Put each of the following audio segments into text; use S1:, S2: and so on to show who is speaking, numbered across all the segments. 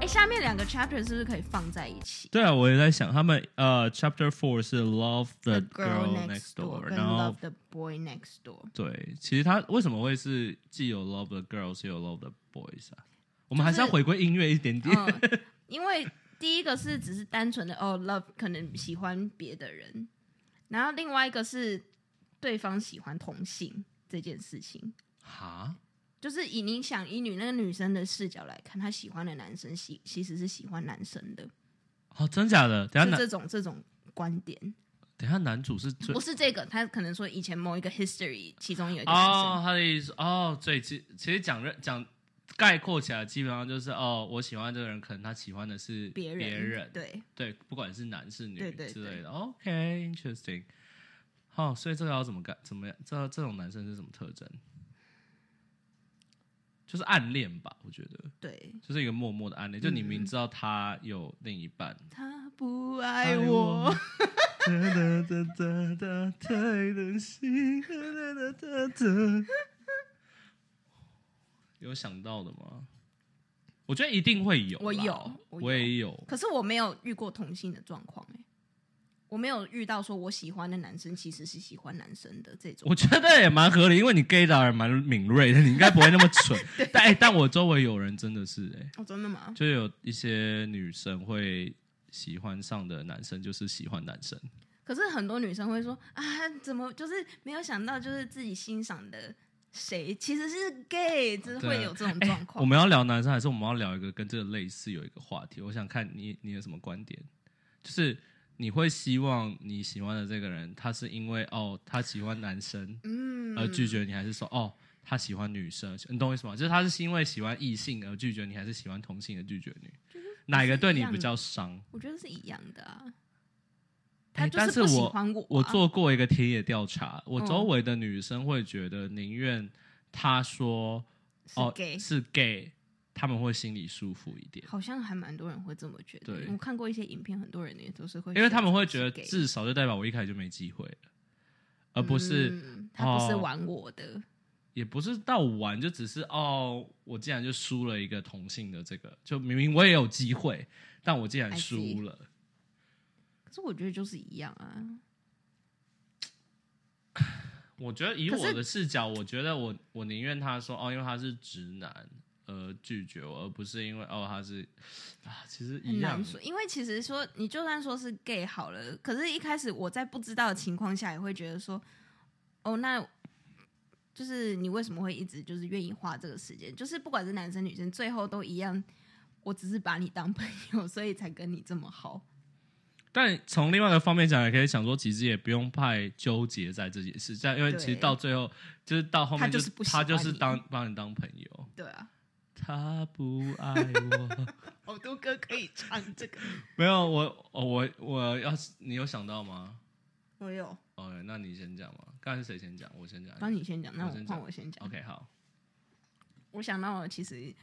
S1: 哎下面两个 chapter 是不是可以放在一起？
S2: 对啊，我也在想，他们呃，Chapter Four 是 Love the
S1: girl
S2: Girl
S1: next
S2: Door，
S1: 跟
S2: 然后
S1: love the boy next door。
S2: 对，其实他为什么会是既有 Love the Girls 又有 Love the Boys 啊？我们还是要
S1: 就是
S2: 回归音乐一点点。
S1: 嗯，因为第一个是只是单纯的哦，love 可能喜欢别的人，然后另外一个是对方喜欢同性这件事情，
S2: 哈，
S1: 就是以你想以女那个女生的视角来看，她喜欢的男生喜其实是喜欢男生的，
S2: 哦，真假的？等一下
S1: 是
S2: 男，
S1: 这种这种观点，
S2: 等一下男主是最
S1: 不是这个，他可能说以前某一个 history 其中有一个男生，
S2: 哦，他的意思哦，对，其其实讲认讲概括起来，基本上就是哦，我喜欢这个人，可能他喜欢的是
S1: 别人
S2: 别人
S1: 对，
S2: 对，不管是男是女
S1: 对对
S2: 之
S1: 对
S2: 类的。OK，interesting。好，所以这个要怎么干？怎么样？这这种男生是什么特征？就是暗恋吧，我觉得
S1: 对
S2: 就是一个默默的暗恋，就你
S1: 嗯
S2: 明知道他有另一半，
S1: 他不爱
S2: 哎
S1: 我，，
S2: 哒哒哒哒哒，太任性，哒哒哒哒哒。 有想到的吗？我觉得一定会有啦，
S1: 我有我有
S2: 我也 有，
S1: 可是我没有遇过同性的状况哎，我没有遇到说我喜欢的男生其实是喜欢男生的这种
S2: 我，觉得也蛮合理，因为你 gay 的也蛮敏锐的，你应该不会那么蠢。但、哎，但我周围有人真的是、哎，
S1: 哦，真的吗？
S2: 就有一些女生会喜欢上的男生，就是喜欢男生。
S1: 可是很多女生会说啊，怎么就是没有想到就是自己欣赏的谁其实是 gay，就是会有这种状
S2: 哦啊我
S1: 况。
S2: 们要聊男生，还是我们要聊一个跟这个类似有一个话题？我想看你你有什么观点，就是你会希望你喜欢的这个人，他是因为哦他喜欢男生
S1: 嗯，
S2: 而拒绝你，还是说哦他喜欢女生？你懂我意思吗？就是他是因为喜欢异性而拒绝你，还是喜欢同性而拒绝你？哪一个对你比较伤？
S1: 我觉得是一样的啊。
S2: 哎
S1: 他就
S2: 但是
S1: 不喜
S2: 我
S1: 欢我啊，
S2: 我做过一个田野调查，我周围的女生会觉得宁愿他说
S1: 是
S2: 哦
S1: gay，
S2: 是 gay，他们会心里舒服一点。
S1: 好像还蛮多人会这么觉得
S2: 对。
S1: 我看过一些影片，很多人也都是会选择是 gay，
S2: 因为他们会觉得
S1: 嗯，
S2: 至少就代表我一开始就没机会了，而不是、
S1: 他不是
S2: 哦
S1: 玩我的，
S2: 也不是到玩，就只是哦，我竟然就输了一个同性的这个，就明明我也有机会，但我竟然
S1: I see
S2: 输了。
S1: 可是我觉得就是一样啊。
S2: 我觉得以
S1: 可是
S2: 我的视角，我觉得我我宁愿他说哦，因为他是直男而拒绝我，而不是因为哦他是啊，其实一
S1: 很
S2: 样
S1: 难。说，因为其实说你就算说是 gay 好了，可是一开始我在不知道的情况下也会觉得说，哦，那就是你为什么会一直就是愿意花这个时间？就是不管是男生女生，最后都一样，我只是把你当朋友， 所以才跟你这么好。
S2: 但从另外一个方面讲，也可以想说，其实也不用太纠结在这件事，这样因为
S1: 对
S2: 其实到最后就是到后面
S1: 他就是
S2: 是
S1: 不喜
S2: 他
S1: 欢
S2: 就是
S1: 你
S2: 当把你当朋友。
S1: 对啊，
S2: 他不爱我。
S1: 好多歌可以唱这个，
S2: 没有我，哦我我要是你有想到吗？
S1: 我有
S2: 哦，那你先讲嘛。刚才是谁先讲？我先讲。
S1: 帮你先讲，那
S2: 我
S1: 我
S2: 先
S1: 换
S2: 讲
S1: 我先讲。
S2: OK，好。
S1: 我想到了，其实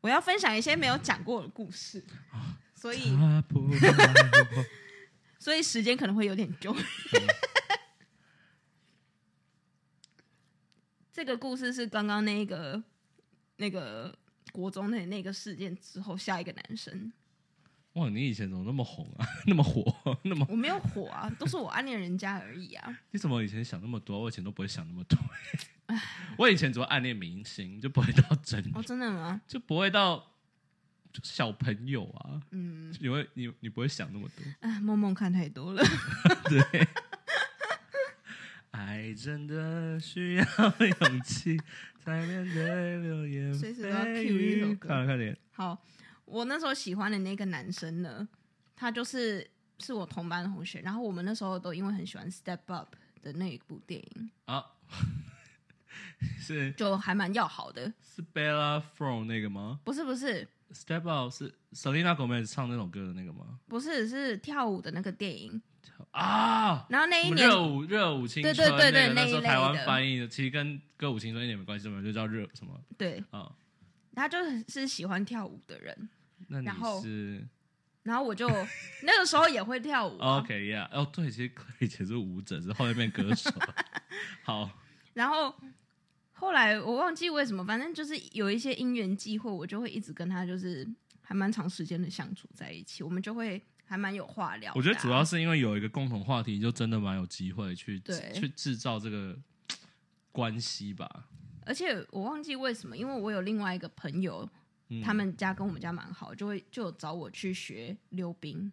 S1: 我要分享一些没有讲过的故事，
S2: 哦
S1: 所以
S2: 他不爱我。
S1: 所以时间可能会有点久。 这个故事是刚刚那个那个国中的那个事件之后，下一个男生，
S2: 哇，你以前怎么那么红啊， 那么火，那么
S1: 我没有火啊，都是我暗恋人家而已 啊。
S2: 你怎么以前想那么多？我以前都不会想那么多。我以前主要暗恋明星，就不会到真，
S1: 哦，真的吗？
S2: 就不会到就小朋友啊。
S1: 嗯，
S2: 你会你你不会想那么多。
S1: 哎，梦梦看太多了。
S2: 对， 爱真的需要勇气才面对流言
S1: 随时都要
S2: 蜚
S1: cue 一首
S2: 语。
S1: 歌
S2: 快点快点！
S1: 好，我那时候喜欢的那个男生呢，他就是是我同班同学，然后我们那时候都因为很喜欢《Step Up》的那一部电影，
S2: 啊， 是
S1: 就还蛮要好的。
S2: 是 Bella From 那个吗
S1: 不是不是，
S2: ？Step Out 是 Selena Gomez 唱那首歌的那个吗？
S1: 不是，是跳舞的那个电影。
S2: 啊，
S1: 然后那
S2: 什
S1: 一
S2: 么
S1: 年，
S2: 热舞热舞青
S1: 对
S2: 春，
S1: 对对对
S2: 那个
S1: 那
S2: 那时候
S1: 一类
S2: 台湾
S1: 的
S2: 翻译的，其实跟歌舞青春一点没关系，嘛，就叫热什么
S1: 对
S2: 啊？
S1: 他就是喜欢跳舞的人。
S2: 那你
S1: 然后
S2: 是
S1: 然后我就那个时候也会跳舞啊、
S2: OK Yeah？哦，对，其实 Clay 以前是舞者，是后面变 歌手。好，
S1: 然后后来我忘记为什么，反正就是有一些因缘际会，我就会一直跟他就是还蛮长时间的相处在一起，我们就会还蛮有话聊的啊、
S2: 我觉得主要是因为有一个共同话题，就真的蛮有机会去
S1: 对
S2: 去制造这个关系吧。
S1: 而且我忘记为什么，因为我有另外一个朋友，
S2: 嗯
S1: 他们家跟我们家蛮好，就会就有找我去学溜冰。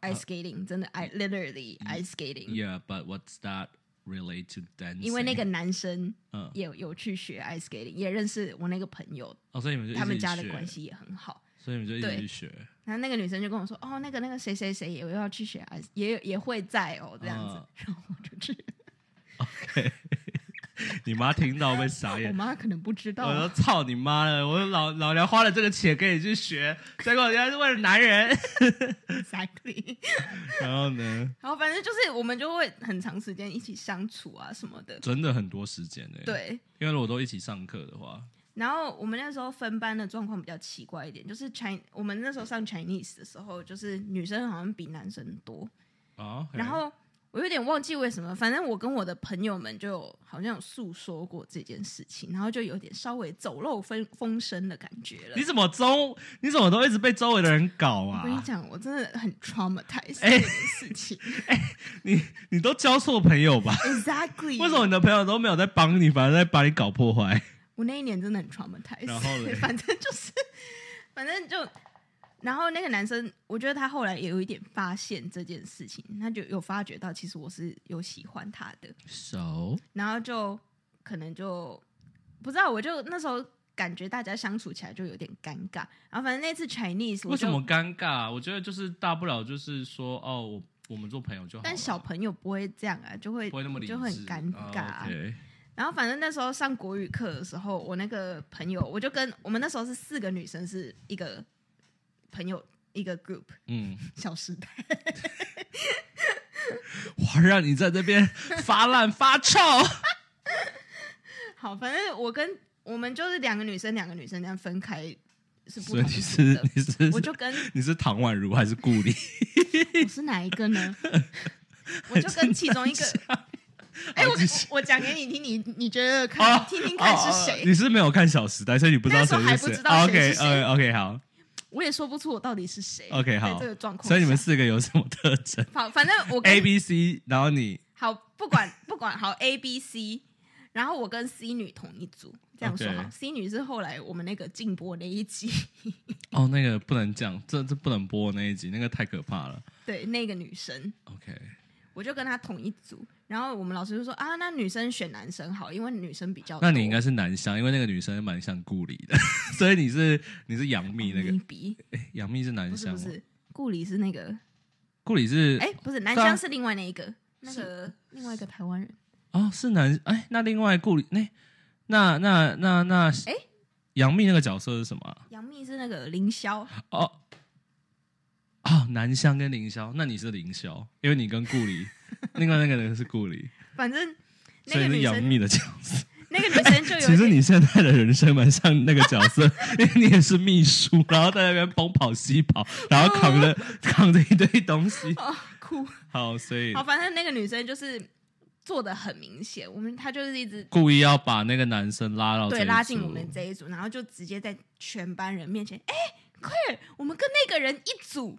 S1: Ice
S2: 啊
S1: skating 真的，I
S2: 嗯
S1: literally ice skating，、
S2: ，Yeah，but what's that relate to dancing？
S1: 因为那个男生
S2: 嗯，
S1: 也有有去学 ice skating，也认识我那个朋友，
S2: 哦，所以你们就一起
S1: 他们家的
S2: 学
S1: 关，系也很好。
S2: 所以你们就一起
S1: 对
S2: 去学，
S1: 然后那个女生就跟我说：“哦，那个那个谁谁谁也要去学 ice，也也会在哦，这样子。
S2: 嗯
S1: 然后我就去，
S2: 你妈听到会傻
S1: 我
S2: 眼。
S1: 妈可能不知道
S2: 我
S1: 啊、
S2: 说操你妈的！我老老娘花了这个钱给你去学，结果原来是为了 男人。
S1: exactly。
S2: 然后呢，
S1: 然后反正就是我们就会很长时间一起相处啊什么的。
S2: 真的很多时间呢、，
S1: 对，
S2: 因为如果都一起上课的话，
S1: 然后我们那时候分班的状况比较奇怪一点，就是 Chin 我们那时候上 Chinese 的时候，就是女生好像比男生多。
S2: 啊，
S1: 然后我有点忘记为什么，反正我跟我的朋友们就有好像有诉说过这件事情，然后就有点稍微走漏风风声的感觉了
S2: 你。怎么周你怎么都一直被周围的人搞
S1: 我
S2: 啊
S1: 跟？你讲，我真的很 traumatized
S2: 哎
S1: 这件事情。
S2: 你你都交错朋友吧？
S1: exactly，
S2: 为什么你的朋友都没有在帮你，反而在把你搞破坏？
S1: 我那一年真的很 traumatized，
S2: 然后 嘞
S1: 反正就是，反正就，然后那个男生，我觉得他后来也有一点发现这件事情，他就有发觉到其实我是有喜欢他的，
S2: 手
S1: 然后就可能就不知道，我就那时候感觉大家相处起来就有点尴尬，然后反正那次 Chinese 我
S2: 为
S1: 就
S2: 什么？尴尬？我觉得就是大不了就是说哦，我我们做朋友就好了，
S1: 但小朋友不会这样啊，就会
S2: 不会那么理智，
S1: 就很尴尬、
S2: 啊 OK
S1: 然后反正那时候上国语课的时候，我那个朋友，我就跟我们那时候是四个女生是一个朋友一个 group，
S2: 嗯，
S1: 小时代。
S2: 我让你在 这边发烂发臭。
S1: 好，反正我跟我们就是两个女生，两个女生这样分开是不
S2: 所以
S1: 同
S2: 你
S1: 组
S2: 是
S1: 的。
S2: 你是
S1: 我就跟
S2: 你是唐宛如还是顾里？
S1: 我是哪一个 呢？我就跟其中一个，哎、我
S2: 好继续
S1: 我我讲给你听，你你觉得看、
S2: 哦，
S1: 听听看是
S2: 哦哦
S1: 谁？
S2: 你是没有看《小时代》，所以你不知道谁
S1: 那
S2: 是
S1: 时候还不
S2: 谁
S1: 知。道谁
S2: OK
S1: 是谁
S2: OK OK 好，
S1: 我也说不出我到底是谁。
S2: OK，好
S1: 在这个状况下，
S2: 所以你们四个有什么特征
S1: 好，反正我跟
S2: ？A B C，然后你
S1: 好，不 管不管好 A B C，然后我跟 C 女同一组，这样说好。
S2: OK
S1: C 女是后来我们那个静波那一集，
S2: 哦，那个不能讲，这这不能播那一集，那个太可怕了。
S1: 对那个女生，
S2: OK，
S1: 我就跟她同一组。然后我们老师就说啊，那女生选男生好，因为女生比较多。
S2: 那你应该是男香，因为那个女生蛮像顾里的， 所以你是你是杨幂那个，
S1: 比
S2: 诶杨幂是男
S1: 不是
S2: 香
S1: 不
S2: 吗，
S1: 是，顾里是那个
S2: 顾里是
S1: 哎，不是南
S2: 对啊
S1: 湘是另外那一个，那个另外一个台湾人。
S2: 哦是男哎，那另外顾里那那那那那
S1: 诶
S2: 杨幂那个角色是什么啊？
S1: 杨幂是那个凌霄，
S2: 哦哦，南湘跟凌霄，那你是凌霄，因为你跟顾 里，另外那个人是顾里，
S1: 反正那
S2: 所以
S1: 个
S2: 是
S1: 女
S2: 杨
S1: 生，
S2: 幂的角色。
S1: 那个女生就有
S2: 其
S1: 一
S2: 实
S1: 点
S2: 你现在的人生蛮像那个角色， 因为你也是秘书，然后在那边东跑西跑，然后 扛着扛着一堆东西。
S1: 啊哭。
S2: 好，所以
S1: 好，反正那个女生就是做的很明显，我们她就是一直
S2: 故意要把那个男生拉到这
S1: 对
S2: 一
S1: 拉进
S2: 组
S1: 我们这一组，然后就直接在全班人面前，哎、快点，我们跟那个人一组，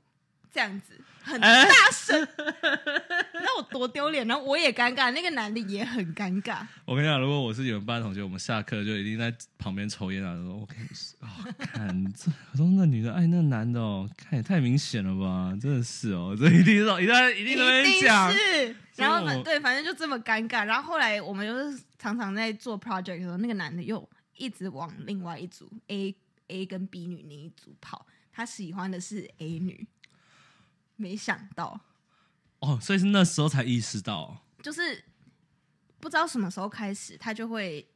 S1: 这样子很
S2: 哎
S1: 大声，你知道我多丢脸，然后我也尴尬，那个男的也很尴 尬，
S2: 我跟你讲，如果我是你们班的同学，我们下课就一定在旁边抽烟啊。说我跟你说，哦，看这，我说那女的爱那男的哦，看也太明显了吧，真的是哦，这一定是一定在 一
S1: 一
S2: 定在那边
S1: 定
S2: 讲。
S1: 是。
S2: 所
S1: 然
S2: 以
S1: 后
S2: 我
S1: 反对，反正就这么尴尬。然后后来我们就是常常在做 project 的时候，那个男的又一直往另外一组 A A 跟 B 女那一组跑，他喜欢的是 A 女，没想到。
S2: 哦，所以是那时候才意识到，
S1: 就是不知道什么时候开始，他就会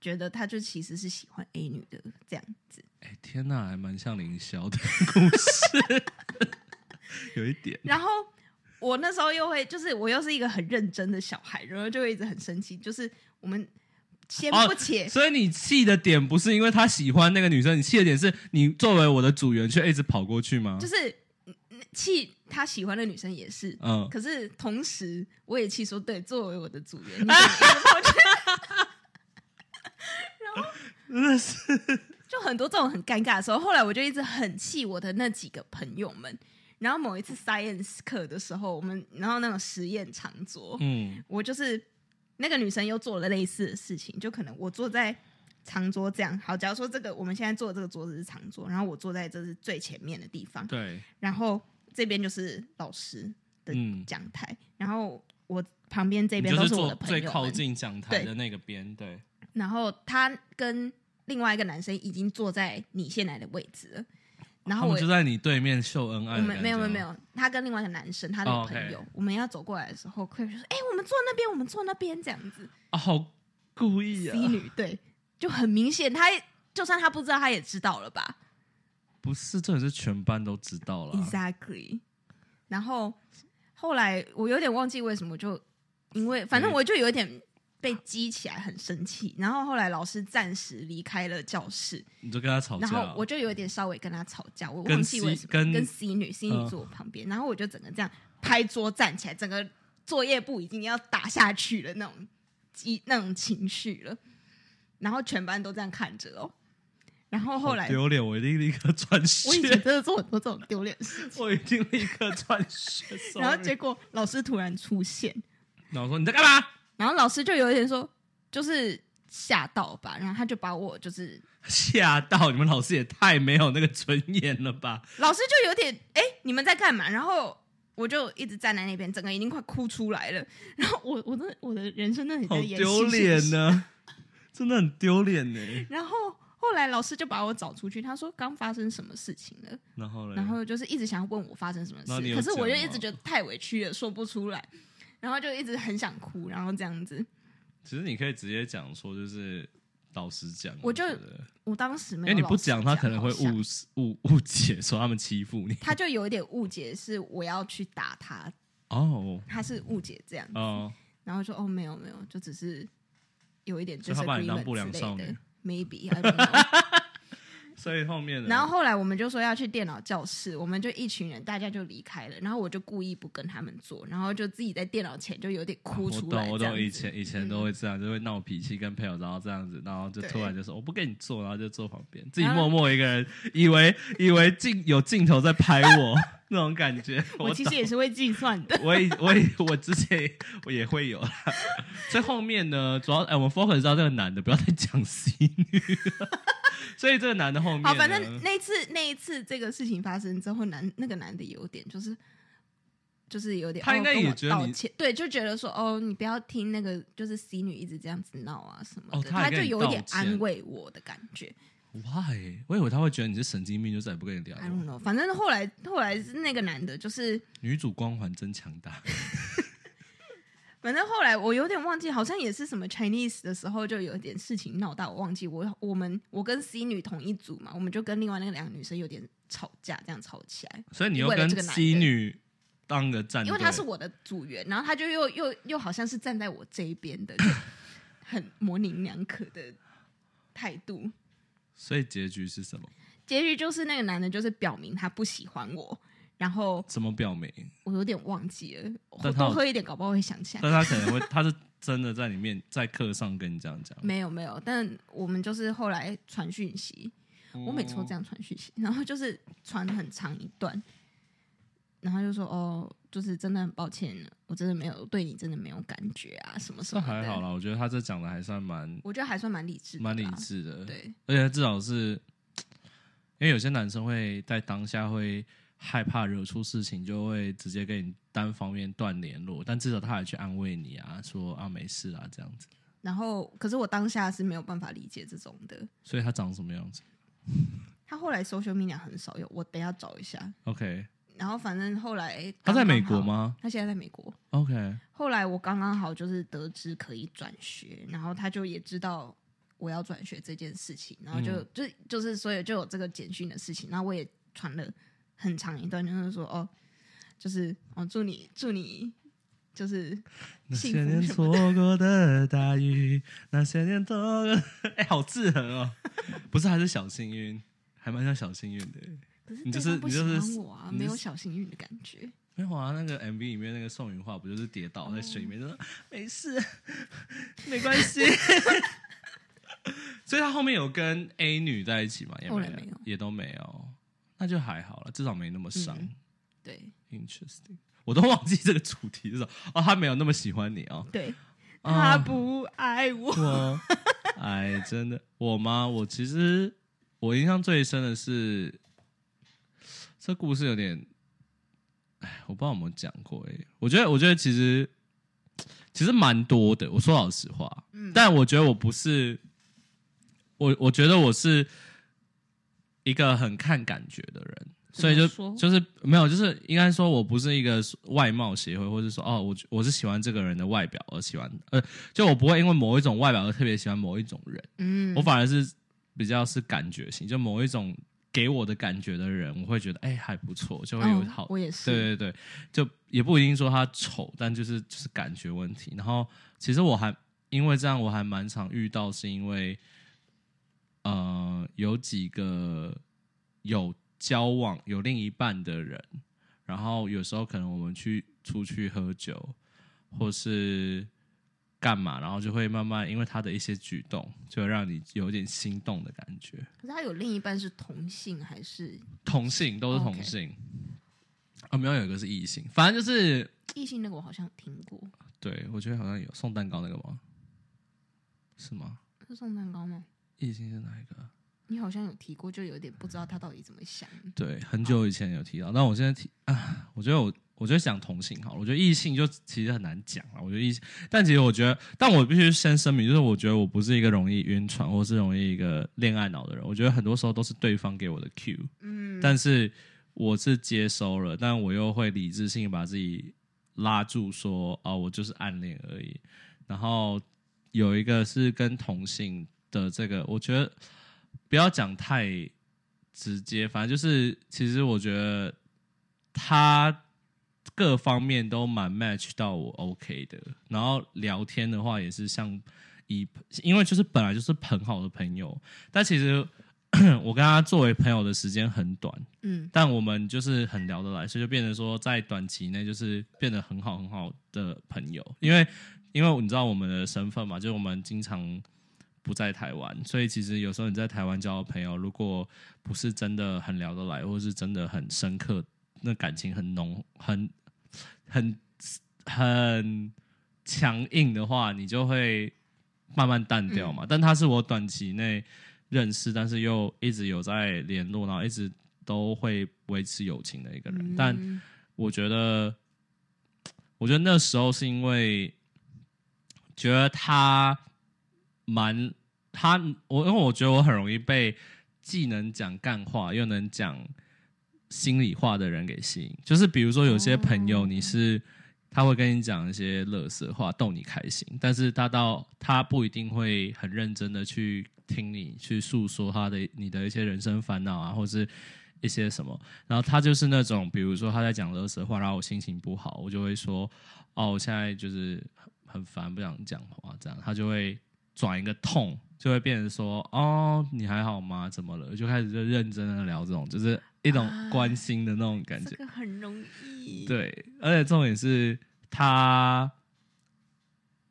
S1: 觉得他就其实是喜欢 A 女的这样子。
S2: 哎，天呐，还蛮像凌霄的故事， 有一点。
S1: 然后我那时候又会，就是我又是一个很认真的小孩，然后就会一直很生气。就是我们先
S2: 哦
S1: 不且，
S2: 所以你气的点不是因为他喜欢那个女生，你气的点是你作为我的组员却一直跑过去吗？
S1: 就是嗯气他喜欢的女生也是。
S2: 嗯，
S1: 可是同时，我也气说，对，作为我的组 员，你怎么一直跑去
S2: 真的是
S1: 就很多这种很尴尬的时候，后来我就一直很气我的那几个朋友们。然后某一次 science 课的时候，我们然后那种实验长桌，
S2: 嗯，
S1: 我就是那个女生又做了类似的事情，就可能我坐在长桌这样。好，假如说这个我们现在坐的这个桌子是长桌，然后我坐在这是最前面的地方，
S2: 对，
S1: 然后这边就是老师的
S2: 嗯，
S1: 讲台，然后我旁边这
S2: 你
S1: 边
S2: 就
S1: 都
S2: 是
S1: 我
S2: 坐
S1: 的朋友
S2: 最
S1: 们
S2: 靠近讲台
S1: 对
S2: 的那个边，对，
S1: 然后他跟另外一个男生已经坐在你现在的位置了，然后
S2: 哦他
S1: 我
S2: 们就在你对面秀恩爱
S1: 我
S2: 的
S1: 们
S2: 感觉吗，
S1: 没有没有没有，他跟另外一个男生，他的
S2: 哦
S1: 朋友
S2: OK
S1: 我们要走过来的时候 c l a 就说：“哎、我们坐那边，我们坐那边，这样子。
S2: 啊，好故意
S1: ”C
S2: 啊，
S1: 女对，就很明显，他就算他不知道，他也知道了吧
S2: 不是，这也是全班都知道了啊，
S1: ？Exactly。然后后来我有点忘记为什么就，因为反正我就有点被激起来，很生气。然后后来老师暂时离开了教室，
S2: 你就跟他吵架
S1: 然
S2: 啊，
S1: 后我就有点稍微跟他吵架，我
S2: 跟
S1: 忘记
S2: C-
S1: 为什么
S2: 跟
S1: 跟 C 女，C 女
S2: 嗯
S1: 坐我旁边，然后我就整个这样拍桌站起来，整个作业簿已经要打下去了那种激那种情绪了，然后全班都这样看着哦，然后后
S2: 啊好
S1: 来
S2: 丢脸，我一定立刻转学
S1: 我以前，真的做很多这种丢脸事，
S2: 我一定立刻转学，
S1: 然后
S2: sorry
S1: 结果老师突然出现，
S2: 然后我说你在干嘛？
S1: 然后老师就有一点说就是吓到吧，然后他就把我就是
S2: 吓到你们老师也太没有那个尊严了吧？
S1: 老师就有点哎、诶你们在干嘛？然后我就一直站在那边，整个已经快哭出来了。然后我我的我的人生真的很
S2: 好
S1: 像演
S2: 丢
S1: 戏
S2: 脸呢，真的很丢脸呢。
S1: 然后后来老师就把我找出去，他说刚发生什么事情了，
S2: 然后呢？
S1: 然后就是一直想要问我发生什么
S2: 然后你
S1: 事，
S2: 有
S1: 可是我就
S2: 讲吗
S1: 一直觉得太委屈了，说不出来。然后就一直很想哭，然后这样子，
S2: 其实你可以直接讲说，就是老师讲，
S1: 我就
S2: 觉得
S1: 我当时
S2: 因
S1: 没有。
S2: 哎为你不讲，他可能会
S1: 好像
S2: 误误误解说他们欺负你。
S1: 他就有一点误解，是我要去打他，
S2: 哦
S1: 他是误解这样子。
S2: 哦，
S1: 然后说哦没有没有，就只是有一点
S2: 所以他把你当不
S1: disagreement
S2: 良
S1: 之
S2: 少
S1: 类
S2: 女
S1: 的，maybe I don't know
S2: 所以后面呢？
S1: 然后后来我们就说要去电脑教室，我们就一群人大家就离开了，然后我就故意不跟他们做，然后就自己在电脑前就有点哭
S2: 啊我
S1: 出来
S2: 懂，我
S1: 这样
S2: 懂，
S1: 子嗯
S2: 以前以前都会这样，就会闹脾气，跟朋友然后这样子，然后就
S1: 对啊
S2: 突然就说我不跟你坐，然后就坐旁边，自己
S1: 然后
S2: 默默一个人，以为以为镜有镜头在拍 我那种感觉。
S1: 我其实也是会计算的，
S2: 懂我以我以我之前我也会有啦，所以后面呢，主要哎、我们 focus 到这个男的，不要再讲 C 女 了。所以这个男的后面呢，
S1: 好，反正那一次那一次这个事情发生之后，男那个男的有点就是。就是有点，
S2: 他应该
S1: 哦跟
S2: 也
S1: 我
S2: 觉得
S1: 道
S2: 你
S1: 歉，对，就觉得说哦，你不要听那个，就是 C 女一直这样子闹啊什么的，
S2: 哦他还
S1: 就
S2: 跟你
S1: 有一点
S2: 道歉
S1: 安慰我的感觉。
S2: why，我以为他会觉得你是神经病，就再也不跟你聊了
S1: I。don't know，反正后来后来是那个男的，就是
S2: 女主光环真强大，
S1: 反正后来我有点忘记，好像也是什么 Chinese 的时候就有点事情闹到我忘记我我们我跟 C 女同一组嘛，我们就跟另外那两个女生有点吵架，这样吵起来，
S2: 所以你又
S1: 为了
S2: 跟
S1: 这个男
S2: C
S1: 的
S2: 女当个战队，
S1: 因为他是我的组员，然后他就又又又好像是站在我这一边 的，就很模棱两可的态度。
S2: 所以结局是什么？
S1: 结局就是那个男的，就是表明他不喜欢我，然后
S2: 怎么表明？
S1: 我有点忘记了，我
S2: 但他有
S1: 多喝一点，搞不好会想起来。
S2: 但他可能会，他是真的在里面在课上跟你这样讲。
S1: 没有没有，但我们就是后来传讯息，嗯
S2: 哦
S1: 我每次都这样传讯息， 然后就是传很长一段，然后就说哦，就是真的很抱歉，我真的没有对你真的没有感觉啊，什么什
S2: 这
S1: 么的。
S2: 还好，啦，我觉得他这讲的还算蛮
S1: 我觉得还算蛮理智的，
S2: 蛮理。智的，
S1: 对，
S2: 而且他至少是，因为有些男生会在当下会害怕惹出事情，就会直接跟你单方面断联络，但至少他还去安慰你啊，说啊没事啊这样子。
S1: 然后可是我当下是没有办法理解这种的。
S2: 所以他长什么样子
S1: 他后来 social media 很少有，我等一下找一下。
S2: ？OK，
S1: 然后反正后来
S2: 他在
S1: 刚刚
S2: 美国
S1: 好？
S2: 吗
S1: 他现在在美国。
S2: ？OK，
S1: 后来我刚刚好就是得知可以转学，然后他就也知道我要转学这件事情，然后就、
S2: 嗯
S1: 就就是所以就有这个简讯的事情，然后我也传了很长一段，就是说哦，就是哦，祝你祝你就是
S2: 那
S1: 幸
S2: 些
S1: 福
S2: 年
S1: 什
S2: 错过的大雨，那些年错过 的……哎、好制衡哦！ 不是，还是小幸运，还蛮像小幸运的。
S1: 可是
S2: 你就
S1: 对
S2: 是
S1: 方不喜
S2: 你就
S1: 欢
S2: 是
S1: 我啊，
S2: 你
S1: 没
S2: 就
S1: 有
S2: 是
S1: 小幸运的感觉。
S2: 没有啊，那个 MV 里面那个宋云画不就是跌倒在 水里面，就说没事，没关系。所所以他后面有跟 A 女在一起吗？也
S1: 后
S2: 没
S1: 来
S2: 有，
S1: 没有
S2: 也都没有，那就还好了，至少没那么伤。
S1: 嗯对
S2: Interesting，我都忘记这个主题是什么哦，他没有那么喜欢你哦。
S1: 对，
S2: 啊
S1: 他不爱我。
S2: 我，啊哎，真的，我吗？我其实我印象最深的是，这故事有点，哎，我不知道有没有讲过哎、我觉得，我觉得其实其实蛮多的。我说老实话，
S1: 嗯
S2: 但我觉得我不是，我我觉得我是一个很看感觉的人。所以就
S1: 怎么说
S2: 就是没有，就是应该说我不是一个外貌协会，或者说哦，我我是喜欢这个人的外表而喜欢，呃，就我不会因为某一种外表而特别喜欢某一种人，
S1: 嗯
S2: 我反而是比较是感觉型，就某一种给我的感觉的人，我会觉得哎、还不错，就会有
S1: 哦
S2: 好，
S1: 我也是，
S2: 对对对，就也不一定说他丑，但就是就是感觉问题。然后其实我还因为这样，我还蛮常遇到，是因为呃有几个有交往有另一半的人，然后有时候可能我们去出去喝酒，或是。干嘛？然后就会慢慢因为他的一些举动，就会让你有点心动的感觉。
S1: 可是他有另一半是同性还是
S2: 同性都是同
S1: OK
S2: 性，啊、没有有一个是异性，反正就是
S1: 异性？那个我好像听过，
S2: 对，我觉得好像有送蛋糕那个吗？是吗？
S1: 是宋蛋糕吗？
S2: 异性是哪一个？
S1: 你好像有提过，就有点不知道他到底怎么想。
S2: 对，很久以前有提到，但我现在提啊，我觉得我我觉得讲同性好了，我觉得异性就其实很难讲啊了。我觉得异性，但其实我觉得，但我必须先声明，就是我觉得我不是一个容易晕船或是容易一个恋爱脑的人。我觉得很多时候都是对方给我的 cue，
S1: 嗯，
S2: 但是我是接收了，但我又会理智性把自己拉住说，啊，我就是暗恋而已。然后有一个是跟同性的这个，我觉得不要讲太直接，反正就是其实我觉得他各方面都蛮 match 到我 OK 的。然后聊天的话也是像以，因为就是本来就是很好的朋友，但其实 我跟他作为朋友的时间很短，
S1: 嗯，
S2: 但我们就是很聊得来，所以就变成说，在短期内就是变得很好很好的朋友。因为因为你知道我们的身份嘛，就是我们经常不在台湾，所以其实有时候你在台湾交的朋友，如果不是真的很聊得来，或是真的很深刻，那感情很浓、很很很强硬的话，你就会慢慢淡掉嘛。但他是我短期内认识，但是又一直有在联络，然后一直都会维持友情的一个人。但
S1: 嗯
S2: 我觉得，我觉得那时候是因为觉得他蛮他我，因为我觉得我很容易被既能讲干话又能讲心里话的人给吸引。就是比如说有些朋友，你是、他会跟你讲一些乐色话逗你开心，但是他到他不一定会很认真的去听你去诉说他的你的一些人生烦恼啊，或是一些什么。然后他就是那种，比如说他在讲乐色话，然后我心情不好，我就会说哦，我现在就是很很烦，不想讲话，这样他就会转一个痛，就会变成说哦，你还好吗？怎么了？就开始就认真的聊这种，就是一种
S1: 啊
S2: 关心的那种感觉
S1: 这。个很容易。，
S2: 对，而且重点是他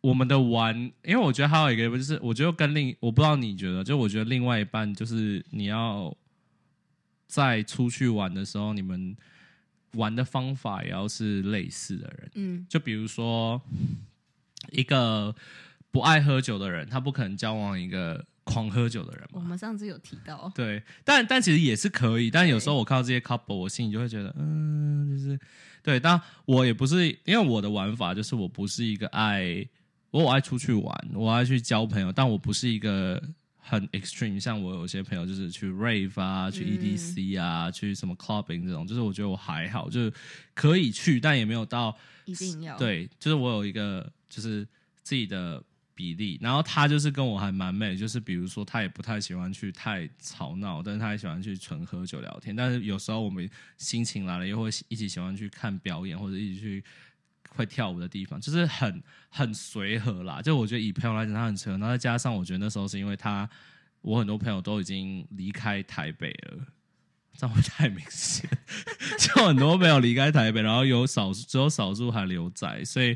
S2: 我们的玩，因为我觉得还有一个就是，我觉得跟另我不知道你觉得，就我觉得另外一半就是你要在出去玩的时候，你们玩的方法也要是类似的人。
S1: 嗯
S2: 就比如说一个不爱喝酒的人，他不可能交往一个狂喝酒的人
S1: 我
S2: 嘛。
S1: 们上次有提到，
S2: 对，但但其实也是可以，但有时候
S1: 对
S2: 我看到这些 couple，我心里就会觉得，嗯，就是对。但我也不是，因为我的玩法就是我不是一个爱，我爱出去玩，我爱去交朋友，但我不是一个很 extreme，像我有些朋友就是去 rave 啊，去 EDC 啊，去什么 clubbing 这种，就是我觉得我还好，就是可以去，但也没有到
S1: 一定要，
S2: 对，就是我有一个就是自己的比例，然后他就是跟我还蛮美，就是比如说他也不太喜欢去太吵闹，但是他也喜欢去纯喝酒聊天，但是有时候我们心情来了，又会一起喜欢去看表演或者一起去。会跳舞的地方就是很很随和啦，就我觉得以朋友来讲，他很随和。然后再加上我觉得那时候是因为他，我很多朋友都已经离开台北了，这样会太明显。就很多没有离开台北，然后有少数只有少数还留在，所以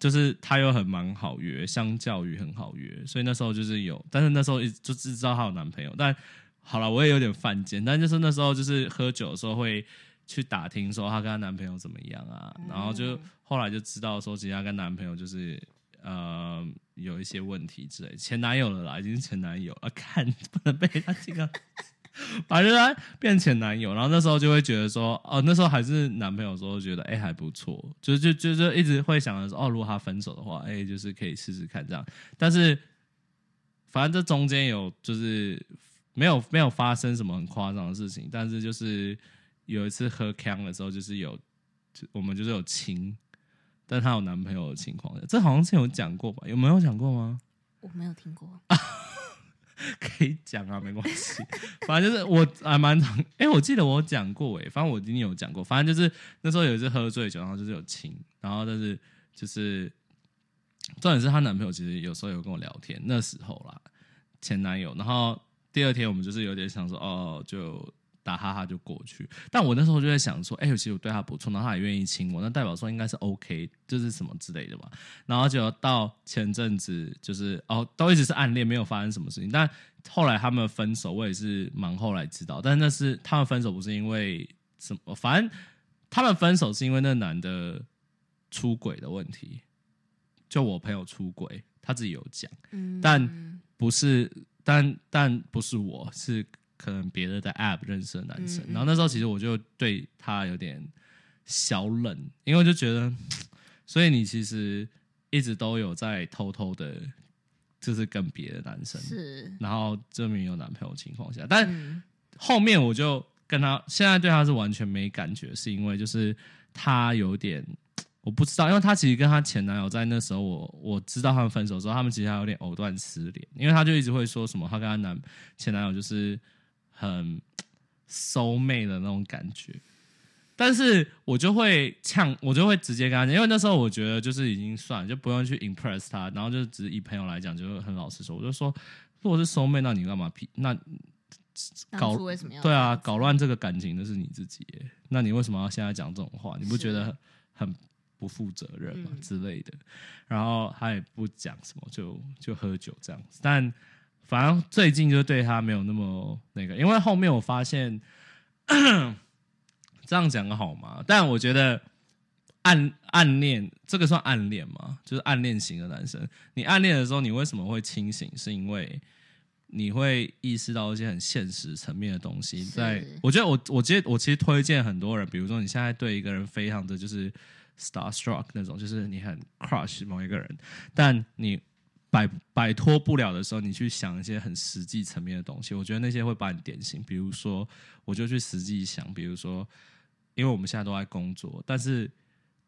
S2: 就是他又很蛮好约，相较于很好约，所以那时候就是有，但是那时候一直就只知道她有男朋友，但好了，我也有点犯贱，但就是那时候就是喝酒的时候会去打听说她跟她男朋友怎么样啊，然后就后来就知道说，其实她跟男朋友就是呃有一些问题之类，前男友了啦，已经是前男友了，啊看不能被他这个。反正他变前男友，然后那时候就会觉得说，哦，那时候还是男朋友的时候，觉得哎、还不错，就就就就一直会想着说，哦，如果他分手的话，哎、就是可以试试看这样。但是反正这中间有就是没有没有发生什么很夸张的事情，但是就是有一次喝 Kang 的时候，就是有就我们就是有亲，但她有男朋友的情况，这好像是有讲过吧？有没有讲过吗？
S1: 我没有听过，
S2: 啊 可以讲啊，没关系。反正就是我还蛮常，哎、我记得我有讲过哎、反正我一定有讲过。反正就是那时候有一次喝醉酒，然后就是有亲，然后但是就是重点是她男朋友其实有时候有跟我聊天，那时候啦，前男友。然后第二天我们就是有点想说，哦，就打哈哈就过去。但我那时候就在想说，哎、其实我对她不错，然后她也愿意亲我，那代表说应该是 OK，就是什么之类的吧。然后就到前阵子，就是哦，都一直是暗恋，没有发生什么事情。但后来他们分手，我也是蛮后来知道，但是那是他们分手不是因为什么，反正他们分手是因为那男的出轨的问题。就我朋友出轨，他自己有讲，
S1: 嗯，
S2: 但不是，但但不是我，是可能别的的 app 认识的男生。
S1: 嗯嗯
S2: 然后那时候其实我就对他有点小冷，因为我就觉得，所以你其实一直都有在偷偷的，就是跟别的男生，
S1: 是，
S2: 然后证明有男朋友的情况下，但
S1: 嗯
S2: 后面我就跟他，现在对他是完全没感觉，是因为就是他有点我不知道，因为他其实跟他前男友在那时候我，我知道他们分手之后，他们其实还有点藕断丝连，因为他就一直会说什么他跟他男前男友就是很收妹的那种感觉。但是我就会呛，我就会直接跟他讲，因为那时候我觉得就是已经算了，就不用去 impress 他，然后就只是以朋友来讲，就很老实说，我就说，如果是收妹，那你干嘛劈？那
S1: 当
S2: 搞
S1: 初为什么要
S2: 对啊，搞乱这个感情的是你自己耶，那你为什么要现在讲这种话？你不觉得很不负责任吗、
S1: 嗯
S2: 之类的？然后他也不讲什么，就就喝酒这样子。但反正最近就对他没有那么那个，因为后面我发现 这样讲好吗？但我觉得暗暗恋这个算暗恋吗？就是暗恋型的男生，你暗恋的时候，你为什么会清醒？是因为你会意识到一些很现实层面的东西。
S1: 是
S2: 在我觉得我，我觉得我其实推荐很多人，比如说你现在对一个人非常的就是 starstruck 那种，就是你很 crush 某一个人，但你摆摆脱不了的时候，你去想一些很实际层面的东西，我觉得那些会把你点醒。比如说，我就去实际想，比如说，因为我们现在都在工作，但是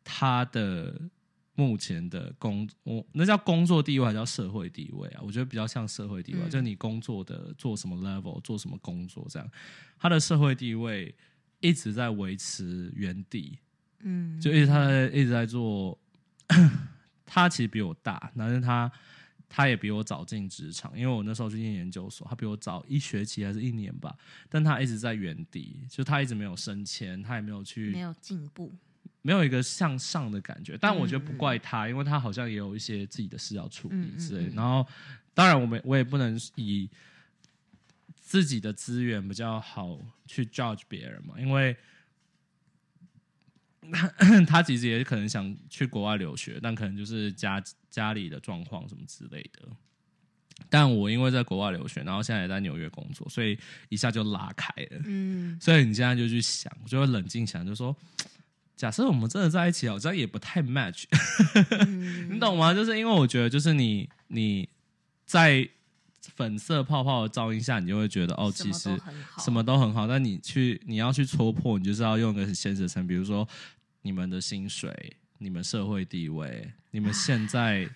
S2: 他的目前的工，我那叫工作地位还叫社会地位啊？我觉得比较像社会地位，
S1: 嗯
S2: 就你工作的做什么 level，做什么工作这样，他的社会地位一直在维持原地，
S1: 嗯，
S2: 就一直他在一直在做， 他其实比我大，但是他他也比我早进职场，因为我那时候去念研究所，他比我早一学期还是一年吧，但他一直在原地，就他一直没有升迁，他也没有去
S1: 没有进步，
S2: 没有一个向上的感觉。但我觉
S1: 嗯
S2: 得不怪他，因为他好像也有一些自己的事要处理
S1: 嗯嗯
S2: 之类的。
S1: 嗯
S2: 然后，当然我们我也不能以自己的资源比较好去 judge 别人嘛，因为他 他其实也可能想去国外留学，但可能就是家家里的状况什么之类的。但我因为在国外留学，然后现在也在纽约工作，所以一下就拉开了。
S1: 嗯，
S2: 所以你现在就去想，我就会冷静想，就说，假设我们真的在一起，好像也不太 match，
S1: 嗯
S2: 你懂吗？就是因为我觉得，就是你你在粉色泡泡的照应下，你就会觉得哦，
S1: 什
S2: 其
S1: 么
S2: 实
S1: 都很好，
S2: 什么都很好，但你去你要去戳破，你就是要用个现实层，比如说你们的薪水、你们社会地位、你们现在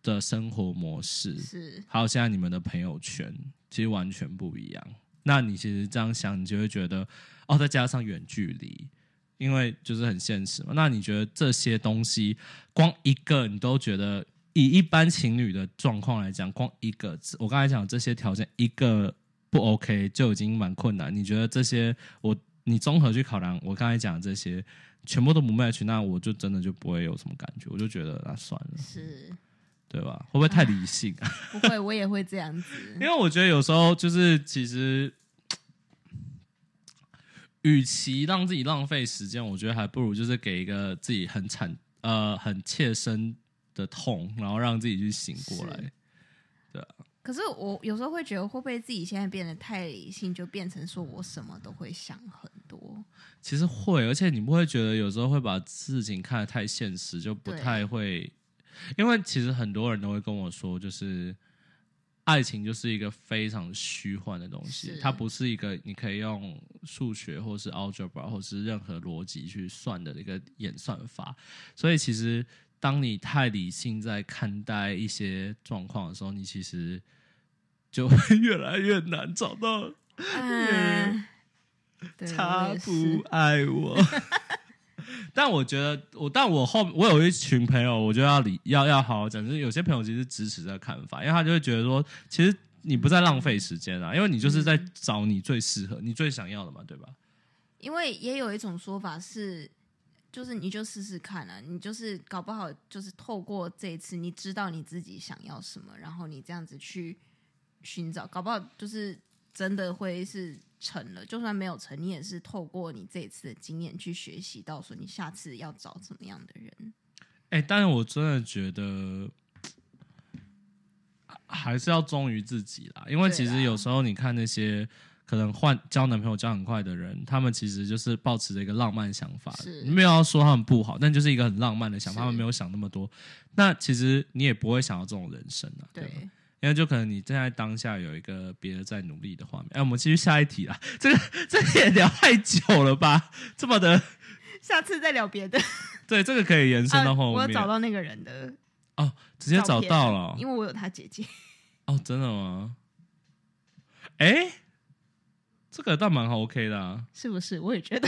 S2: 的生活模式，
S1: 是
S2: 还有现在你们的朋友圈，其实完全不一样。那你其实这样想，你就会觉得哦，再加上远距离，因为就是很现实嘛。那你觉得这些东西，光一个你都觉得，以一般情侣的状况来讲，光一个，我刚才讲这些条件，一个不 OK 就已经蛮困难。你觉得这些我你综合去考量，我刚才讲的这些全部都不 match，那我就真的就不会有什么感觉，我就觉得那算了，
S1: 是
S2: 对吧？会不会太理性？
S1: 不会，我也会这样子
S2: 因。为我觉得有时候就是其实，与其让自己浪费时间，我觉得还不如就是给一个自己很惨呃很切身的痛，然后让自己去醒过来
S1: 是。可是我有时候会觉得，会不会自己现在变得太理性，就变成说我什么都会想很 多？
S2: 其实会，而且你不会觉得有时候会把事情看得太现实，就不
S1: 对
S2: 太会。因为其实很多人都会跟我说，就是爱情就是一个非常虚幻的东西
S1: 是，
S2: 它不是一个你可以用数学或是 algebra 或是任何逻辑去算的一个演算法。所以其实当你太理性在看待一些状况的时候，你其实就会 越来越难找到
S1: 嗯，对，我
S2: 他
S1: 也
S2: 不
S1: 是。
S2: 爱我。 但我觉得，我但我后我有一群朋友，我就要理要要好好讲，就是有些朋友其实支持这个看法，因为他就会觉得说，其实你不在浪费时间啊，因为你就是在找你最适合、你最想要的嘛，对吧？
S1: 因为也有一种说法是，就是你就试试看啊，你就是搞不好就是透过这一次，你知道你自己想要什么，然后你这样子去寻找，搞不好就是真的会是成了。就算没有成，你也是透过你这一次的经验去学习到，说你下次要找怎么样的人。
S2: 哎、但是我真的觉得还还是要忠于自己啦，因为
S1: 对啊
S2: 其实
S1: 啦
S2: 有时候你看那些可能换交男朋友交很快的人，他们其实就是抱持着一个浪漫想法，
S1: 是
S2: 你没有要说他们不好，但就是一个很浪漫的想法，
S1: 是
S2: 他们没有想那么多。那其实你也不会想要这种人生啊，对吧。
S1: 对，
S2: 因为就可能你现在当下有一个别人在努力的画面，哎，我们继续下一题啦。这个这个也聊太久了吧？这么的，
S1: 下次再聊别的。
S2: 对，这个可以延伸到后
S1: 啊我有
S2: 面，
S1: 找到那个人的，
S2: 直接找
S1: 照片
S2: 到了哦、
S1: 因为我有他姐 姐。
S2: 哦，真的吗？哎，这个倒蛮好 OK 的、啊，
S1: 是不是？我也觉得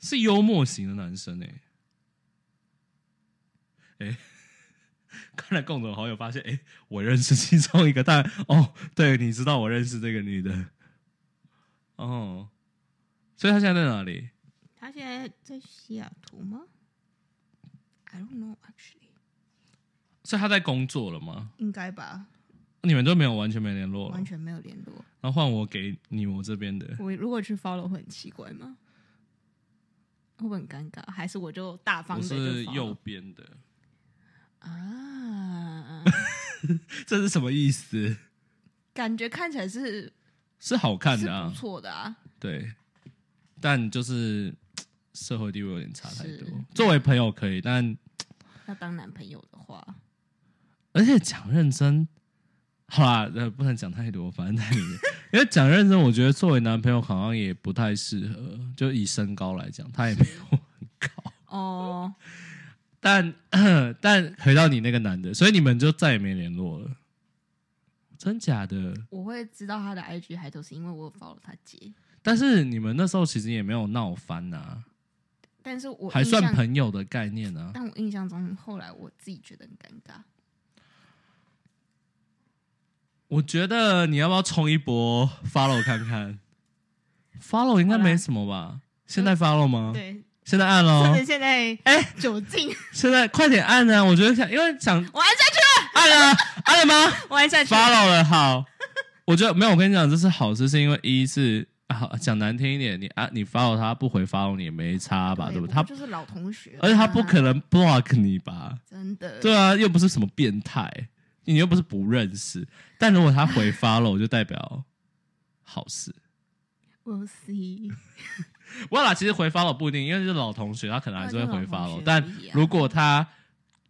S2: 是幽默型的男生哎、哎， 看来共同好友发现，哎，我认识其中一个，但哦，对，你知道我认识这个女的，哦，所以她现在在哪里？
S1: 他现在在西雅图吗？I don't know actually，
S2: 所以她在工作了吗？
S1: 应该吧，
S2: 你们都没有完全没联络了
S1: 完，全没有联络。
S2: 然后换我给你我这边的，
S1: 我如果去 follow 会很奇怪吗？会不会很尴尬？还是我就大方
S2: 我
S1: 的就是 follow？
S2: 右边的，
S1: 啊，
S2: 这是什么意思？
S1: 感觉看起来是
S2: 是好看
S1: 是
S2: 的
S1: 不
S2: 啊，
S1: 错的啊，
S2: 对，但就是社会地位有点差太多
S1: 是。
S2: 作为朋友可以，但
S1: 要当男朋友的话，
S2: 而且讲认真，好啦，呃，不能讲太多，反正太明显 因为讲认真，我觉得作为男朋友好像也不太适合，就以身高来讲，他也没有 很高。
S1: 哦，
S2: 但 但回到你那个男的，所以你们就再也没联络了，真假的？
S1: 我会知道他的 IG 还都是因为我有 follow 他姐，
S2: 但是你们那时候其实也没有闹翻啊，
S1: 但是我
S2: 还
S1: 印
S2: 算
S1: 象
S2: 朋友的概念啊。
S1: 但我印象中，后来我自己觉得很尴尬。
S2: 我觉得你要不要冲一波 follow 看看？follow 应该没什么吧？现在 follow 吗？
S1: 嗯对，
S2: 现在按
S1: 甚
S2: 喽
S1: 至！现在
S2: 嗯哎
S1: 酒精，
S2: 现在快点按啊！我觉得想，因为想
S1: 我按下去，
S2: 按啊，按了吗
S1: 我按下去。
S2: ？follow 了，好。我觉得没有，我跟你讲，这是好事，是因为一是啊，讲难听一点，你啊，你 follow 他不回 follow 你也没差吧，对不
S1: 不
S2: 对？他
S1: 就是老同学，啊
S2: 而且他不可能 block 你吧？
S1: 真的。
S2: 对啊，又不是什么变态，你又不是不认识。但如果他回 follow，就代表好事。
S1: ，We'll see。
S2: 不会啦，其实回 follow 不一定，因为是老同学，他可能还是会回
S1: 对啊就
S2: follow、
S1: 老同学
S2: 但
S1: 而已啊
S2: 如果他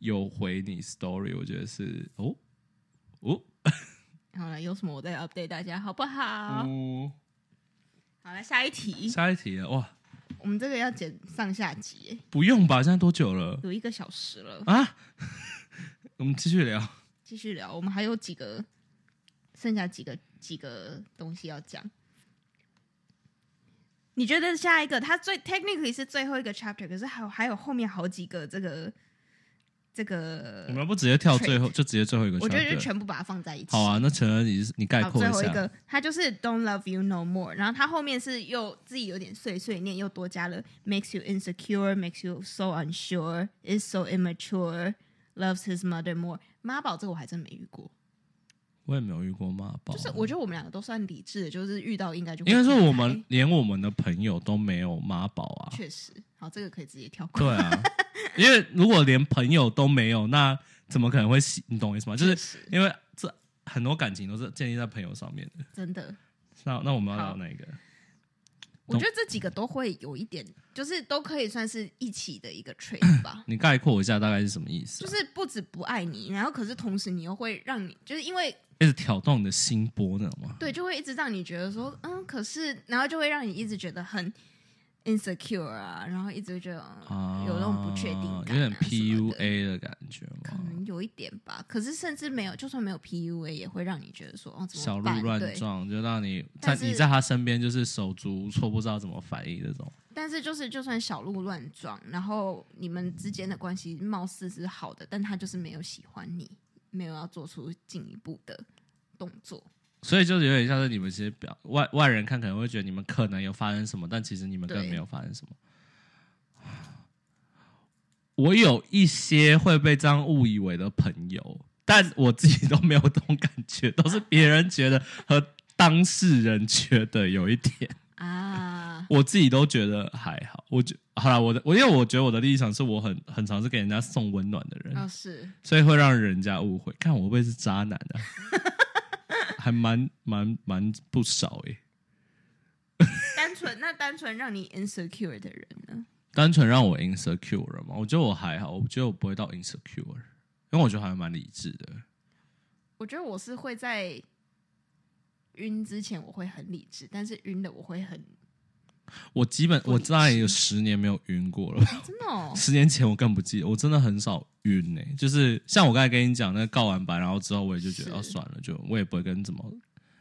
S2: 有回你 story，我觉得是哦哦
S1: 好了，有什么我再 update 大家，好不好？
S2: 哦。
S1: 好了，下一题，
S2: 下一题了哇，
S1: 我们这个要剪上下集耶，
S2: 不用吧？现在多久了
S1: 有一个小时了，
S2: 啊？ 我们继续聊。
S1: 继续聊。我们还有几个，剩下几个几个东西要讲。你觉得下一个，它最 technically 是最后一个 chapter，可是还有还有后面好几个这个这个
S2: 我，们要不直接跳最后，就直接最后一个
S1: 呃我
S2: 选
S1: 觉得就
S2: 对。
S1: 全部把它放在一起。
S2: 好啊，那陈恩，你你概
S1: 好，
S2: 括
S1: 最后一
S2: 下。
S1: 个，它就是 Don't love you no more，然后它后面是又自己有点碎碎念，又多加了 makes you insecure, makes you so unsure, is so immature, loves his mother more。妈宝这个我还真没遇过，
S2: 我也没有遇过妈宝，
S1: 就是我觉得我们两个都算理智的，就是遇到应该就会
S2: 哦嗯应该说我
S1: 避
S2: 们
S1: 开
S2: 连我们的朋友都没有妈宝 啊。
S1: 确实好，这个可以直接跳过。
S2: 对啊，因为如果连朋友都没有，那怎么可能会喜？你懂我意思吗？就是
S1: 是
S2: 因为这很多感情都是建立在朋友上面的。
S1: 真的，
S2: 那那我们要聊
S1: 好
S2: 哪一个？
S1: 我觉得这几个都会有一点，就是都可以算是一起的一个 trait 吧。
S2: 你概括一下大概是什么意思
S1: 就
S2: 啊、
S1: 是不止不爱你，然后可是同时你又会让你，就是因为
S2: 一直挑动你的心波那种吗？
S1: 对，就会一直让你觉得说，嗯，可是，然后就会让你一直觉得很 insecure 啊，然后一直觉得、嗯
S2: 啊，
S1: 有那种不确定感啊
S2: 有
S1: 什
S2: 点
S1: 么的
S2: PUA 的感觉
S1: 可
S2: 吗？
S1: 能有一点吧。可是甚至没有，就算没有 PUA，也会让你觉得说，哦，怎
S2: 小
S1: 么
S2: 鹿
S1: 办？
S2: 乱
S1: 对，
S2: 撞，就让你在
S1: 但是
S2: 你在他身边就是手足无措，不知道怎么反应这种。
S1: 但是就是就算小鹿乱撞，然后你们之间的关系貌似是好的，但他就是没有喜欢你，没有要做出进一步的动作。
S2: 所以就有点像是你们其实表外外人看可能会觉得你们可能有发生什么，但其实你们根本
S1: 对
S2: 没有发生什么。我有一些会被这样误以为的朋友，但我自己都没有这种感觉，都是别人觉得和当事人觉得有一点，
S1: 啊，
S2: 我自己都觉得还好。我觉好了，我的我因为我觉得我的立场是我很很常是给人家送温暖的人，
S1: 倒是
S2: 所以会让人家误会。看我会不会是渣男啊？ 还蛮蛮蛮不少欸诶、
S1: 单纯那单纯让你 insecure 的人呢？
S2: 单纯让我 insecure 了嘛？我觉得我还好，我觉得我不会到 insecure，因为我觉得还蛮理智的。
S1: 我觉得我是会在晕之前我会很理智，但是晕了我会很
S2: 我基本
S1: 不理
S2: 我
S1: 智
S2: 大概有十年没有晕过了，
S1: 真的哦，
S2: 十年前我更不记得，我真的很少晕诶、就是像我刚才跟你讲那个告完白，然后之后我也就觉得
S1: 是
S2: 哦算了，就我也不会跟怎么。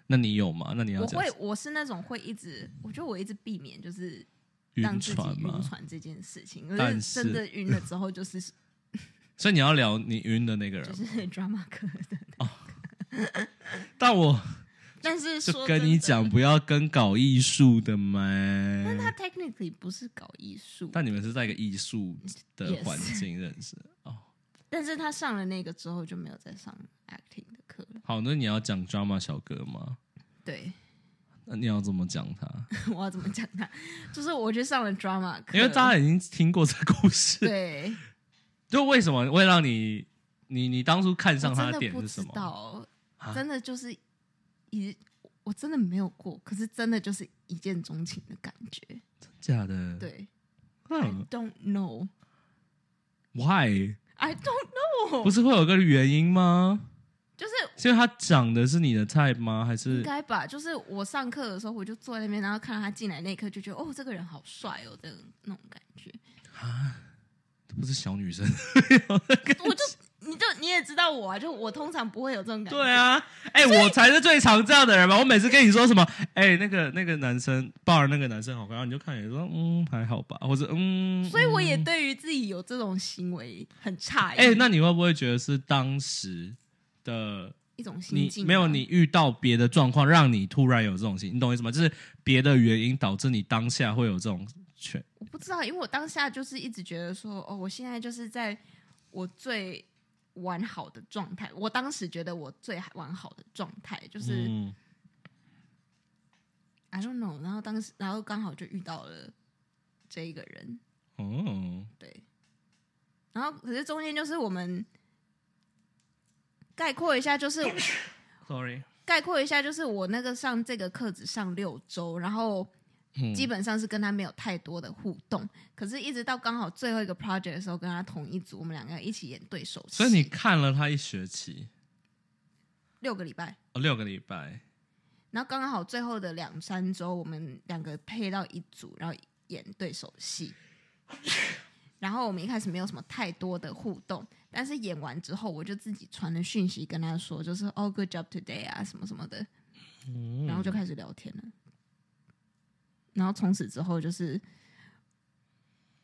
S2: 那你有吗？那你要
S1: 我
S2: 讲
S1: 会我是那种会一直，我觉得我一直避免就是让
S2: 晕
S1: 自己
S2: 船
S1: 晕
S2: 吗？
S1: 船这件事情，可
S2: 但
S1: 是
S2: 是
S1: 真的晕了之后 就是
S2: 所以你要聊你晕的那个人
S1: 就
S2: 吗，
S1: 是 drama 课的，
S2: 但我
S1: 但是
S2: 就
S1: 说
S2: 跟
S1: 真
S2: 你
S1: 的
S2: 讲，，不要跟搞艺术的
S1: 但
S2: 嘛。
S1: 他 technically 不是搞艺术，
S2: 但你们是在一个艺术的
S1: Yes
S2: 环境认识哦。
S1: 但是他上了那个之后就没有再上 acting 的课了，
S2: 好，那你要讲 drama 小哥吗？
S1: 对
S2: 那你要怎么讲他？
S1: 我要怎么讲他？就是我去上了 drama 课，
S2: 因为大家已经听过这个故事，
S1: 对
S2: 就为什么会让你你你当初看上
S1: 我
S2: 他
S1: 真的
S2: 点
S1: 不
S2: 是什
S1: 知道
S2: 么？
S1: 哦
S2: 啊
S1: 真的就是一，我真的没有过，可是真的就是一见钟情的感觉。
S2: 假的？
S1: 对、i
S2: 嗯
S1: don't know,
S2: ，Why？
S1: I don't know，
S2: 不是会有个原因吗？
S1: 就是
S2: 是因为他长得是你的菜吗？还
S1: 应
S2: 是
S1: 该吧。就是我上课的时候，我就坐在那边，然后看到他进来那一刻，就觉得哦，这个人好帅哦，这种那种感觉。
S2: 不是小女生？
S1: 我就你就你也知道我啊，就我通常不会有这种感觉。
S2: 对啊，哎、我才是最常这样的人吧。我每次跟你说什么，哎、那个那个男生 bar 那个男生好看，然后你就看你说，嗯，还好吧，或者嗯，
S1: 所以我也对于自己有这种行为很诧异。
S2: 哎、那你会不会觉得是当时的
S1: 一种心
S2: 你
S1: 境啊
S2: 没有
S1: 吧
S2: 你遇到别的状况，让你突然有这种心，你懂我意思吗？就是别的原因导致你当下会有这种权，
S1: 我不知道，因为我当下就是一直觉得说，哦，我现在就是在我最完好的状态。我当时觉得我最完好的状态就是、
S2: 嗯，
S1: I don't know，然后当时然后刚好就遇到了这一个人，
S2: 哦，
S1: 对。然后可是中间就是我们概括一下，就是
S2: ，sorry，
S1: 概括一下，就是我那个上这个课只上六周，然后
S2: 嗯
S1: 基本上是跟他没有太多的互动。可是，一直到刚好最后一个 project 的时候，跟他同一组，我们两个一起演对手戏。
S2: 所以你看了他一学期，
S1: 六个礼拜，
S2: 哦，六个礼拜，
S1: 然后刚好最后的两三周，我们两个配到一组，然后演对手戏。 然后我们一开始没有什么太多的互动，但是演完之后，我就自己传了讯息跟他说，就是哦、good job today 啊，什么什么的。
S2: 嗯
S1: 然后就开始聊天了。然后从此之后就是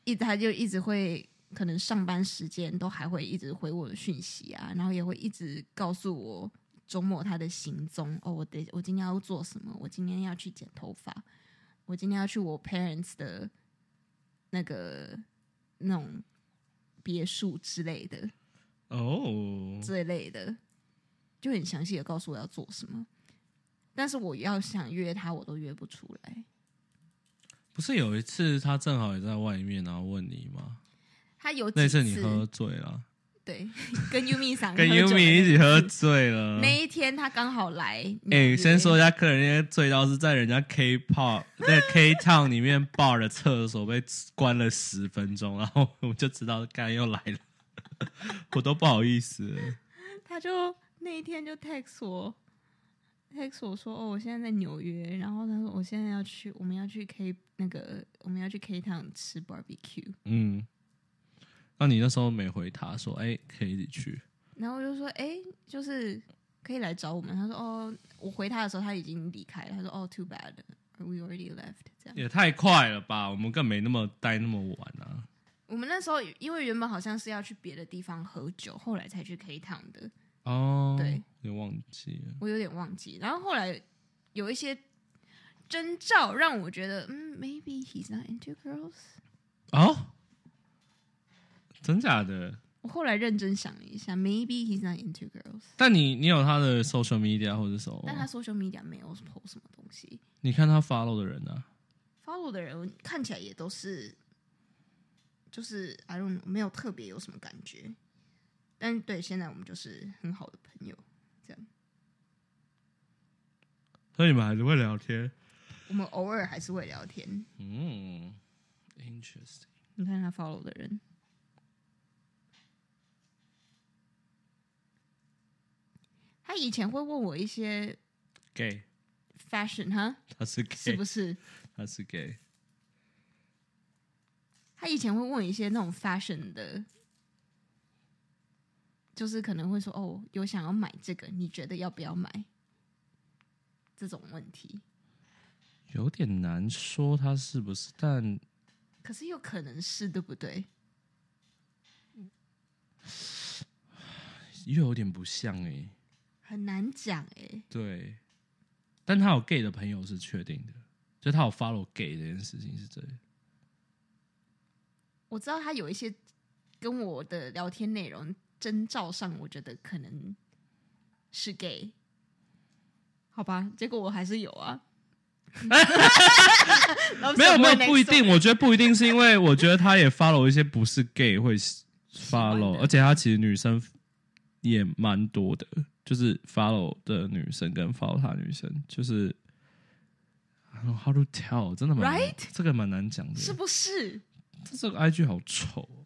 S1: 一直他就一直会可能上班时间都还会一直回我的讯息啊，然后也会一直告诉我周末他的行踪哦，我得我今天要做什么，我今天要去剪头发，我今天要去我 parents 的那个那种别墅之类的
S2: 哦，
S1: 这一类的，就很详细的告诉我要做什么，但是我要想约他，我都约不出来。
S2: 不是有一次他正好也在外面，然后问你吗？
S1: 他有
S2: 那
S1: 几
S2: 次你喝醉了，
S1: 对， 跟 Yumi 桑
S2: 跟
S1: 啊喝酒
S2: Yumi 一起
S1: 的那
S2: 喝
S1: 次
S2: 醉了。
S1: 那一天他刚好来纽
S2: 哎、
S1: 约，
S2: 先说一下，客人那些醉到是在人家 K pop 在 K town 里面 bar 的厕所被关了十分钟，然后我就知道干又来了， 我都不好意思了。
S1: 他就那一天就 text 我，text 我说哦，我现在在纽约，然后他说我现在要去，我们要去 K 那个，我们要去 K town 吃 barbecue，
S2: 嗯，那你那时候没回他说，哎、可以一起去。
S1: 然后我就说哎、就是可以来找我们。他说哦，我回他的时候他已经离开了，他说哦，too bad，we already left 这样。
S2: 也太快了吧！我们更没那么待那么晚啊。
S1: 我们那时候因为原本好像是要去别的地方喝酒，后来才去 K town 的。
S2: 哦，
S1: 对，
S2: 也忘记了。
S1: 我有点忘记。然后后来有一些征兆让我觉得，嗯，maybe he's not into girls。
S2: 哦，真假的？
S1: 我后来认真想了一下，maybe he's not into girls。
S2: 但你你有他的 social media 或者什么
S1: 但他
S2: 吗？
S1: social media 没有 po 什么东西
S2: 你看他 follow 的人啊，
S1: ，follow 的人看起来也都是，就是 I don't know，没有特别有什么感觉。但对，现在我们就是很好的朋友，
S2: 所以你们还是会聊天。
S1: 我们偶尔还是会聊天。
S2: 嗯，interesting。
S1: 你看他 follow 的人，他以前会问我一些
S2: gay，
S1: fashion 哈，
S2: 他是
S1: 是
S2: gay，
S1: 不是？
S2: 他是 gay。
S1: 他以前会问我一些那种 fashion 的，就是可能会说哦，有想要买这个，你觉得要不要买？这种问题，
S2: 有点难说他是不是，但
S1: 可是有可能是对不对？
S2: 又有点不像哎、
S1: 很难讲哎、
S2: 对，但他有 gay 的朋友是确定的，就他有 follow gay 这件事情是真的。
S1: 我知道他有一些跟我的聊天内容征兆上，我觉得可能是 gay，好吧？结果我还是有 啊。
S2: 没有没有
S1: Next
S2: 不一定，我觉得不一定是因为我觉得他也 follow 一些不是 gay 会
S1: 欢的
S2: follow，而且他其实女生也蛮多的，就是 follow 的女生跟 follow 他女生，就是 I don't know how to tell，真的蛮
S1: Right？
S2: 这个蛮难讲的。
S1: 是不是？
S2: 这这个 IG 好丑哦，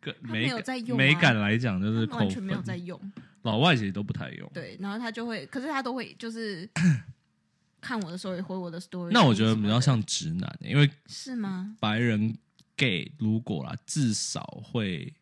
S2: 跟
S1: 他没
S2: 美
S1: 有在
S2: 感
S1: 用啊
S2: 美感来讲就是
S1: 他
S2: 扣
S1: 完全没有在
S2: 分，
S1: 用，
S2: 老外其实都不太用。
S1: 对，然后他就会，可是他都会就是 看我的时候也回我的 story 什么的。
S2: 那我觉得比较像直男、因为
S1: 是吗？
S2: 白人 gay 如果啦，至少会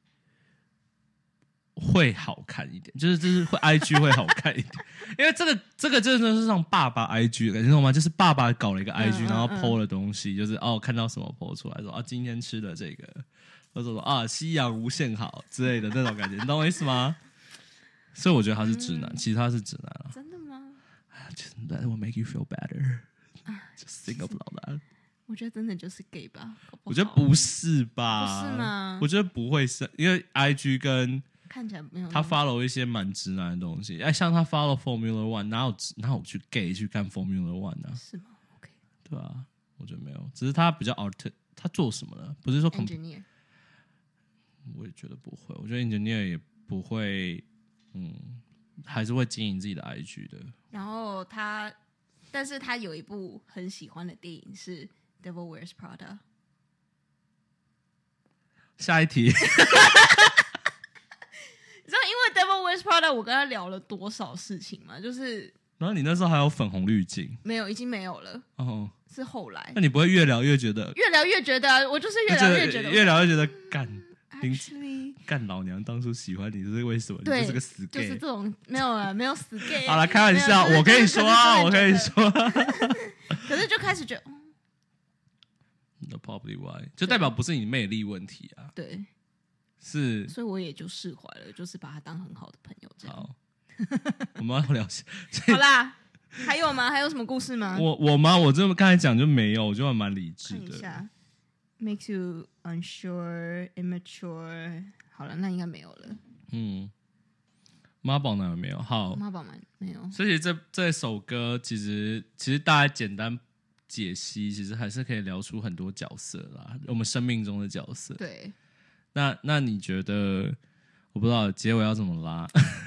S2: 会好看一点，就是就是会 IG 会好看一点， 因为这个这个真的是像爸爸 IG 的感觉，你懂吗？就是爸爸搞了一个 IG，、
S1: 嗯嗯
S2: 然后
S1: 嗯
S2: PO 的东西，就是哦看到什么 PO 出来说啊今天吃的这个，或者说啊夕阳无限好之类的那种感觉，你懂我意思吗？ 所以我觉得他是直
S1: 嗯
S2: 男，其实他是直男啊
S1: 真的吗？
S2: ，just that will make you feel better。Just think about that。
S1: 我觉得真的就是 gay 吧，搞好
S2: 我觉得不是吧？
S1: 不是吗
S2: 我觉得不会是，因为 I G 跟
S1: 看起来没有那
S2: 他
S1: 么
S2: follow 一些蛮直男的东
S1: 嗯
S2: 西，哎，像他 follow Formula One，哪有直哪有去 gay 去看 Formula One 啊？
S1: 是吗？OK，
S2: 对啊，我觉得没有，只是他比较 art，他做什么了？不是说 com-
S1: engineer
S2: 我也觉得不会，我觉得 engineer 也不会，嗯，还是会经营自己的 I G 的。
S1: 然后他，但是他有一部很喜欢的电影是《Devil Wears Prada》，
S2: 下一题，
S1: 你知道因为《Devil Wears Prada》，我跟他聊了多少事情吗？就是
S2: 然后你那时候还有粉红滤镜
S1: 没有，已经没有了，
S2: 哦，
S1: 是后来
S2: 那你不会越聊越觉得，
S1: 越聊越觉得，啊我就是越聊越觉得
S2: 越聊越觉得干。林
S1: actually
S2: 干老娘当初喜欢你是为什么？你
S1: 对
S2: 就是个死
S1: 就
S2: gay。
S1: 是这种没有啊，没有 死 gay。
S2: 好了，开玩笑，
S1: 没有
S2: 我可以说啊，我可以。说啊。
S1: 就是就是就是真的觉得可是就开始觉得，嗯
S2: No, probably why，就代表不是你魅力问题啊。
S1: 对，
S2: 是
S1: 所以我也就释怀了，就是把他当很好的朋友这样。
S2: 好，我们要聊些。
S1: 好啦，还有吗？还有什么故事吗？
S2: 我我吗？我这么刚才讲就没有，我就还蛮理智
S1: 看一
S2: 的。
S1: 下，makes you unsure, immature。好了，那应该没有了。
S2: 嗯，妈宝男有没有？好，
S1: 妈宝们没有，
S2: 所以这这首歌其实其实大家简单解析，其实还是可以聊出很多角色啦，我们生命中的角色。
S1: 对
S2: 那那你觉得？我不知道结尾要怎么拉，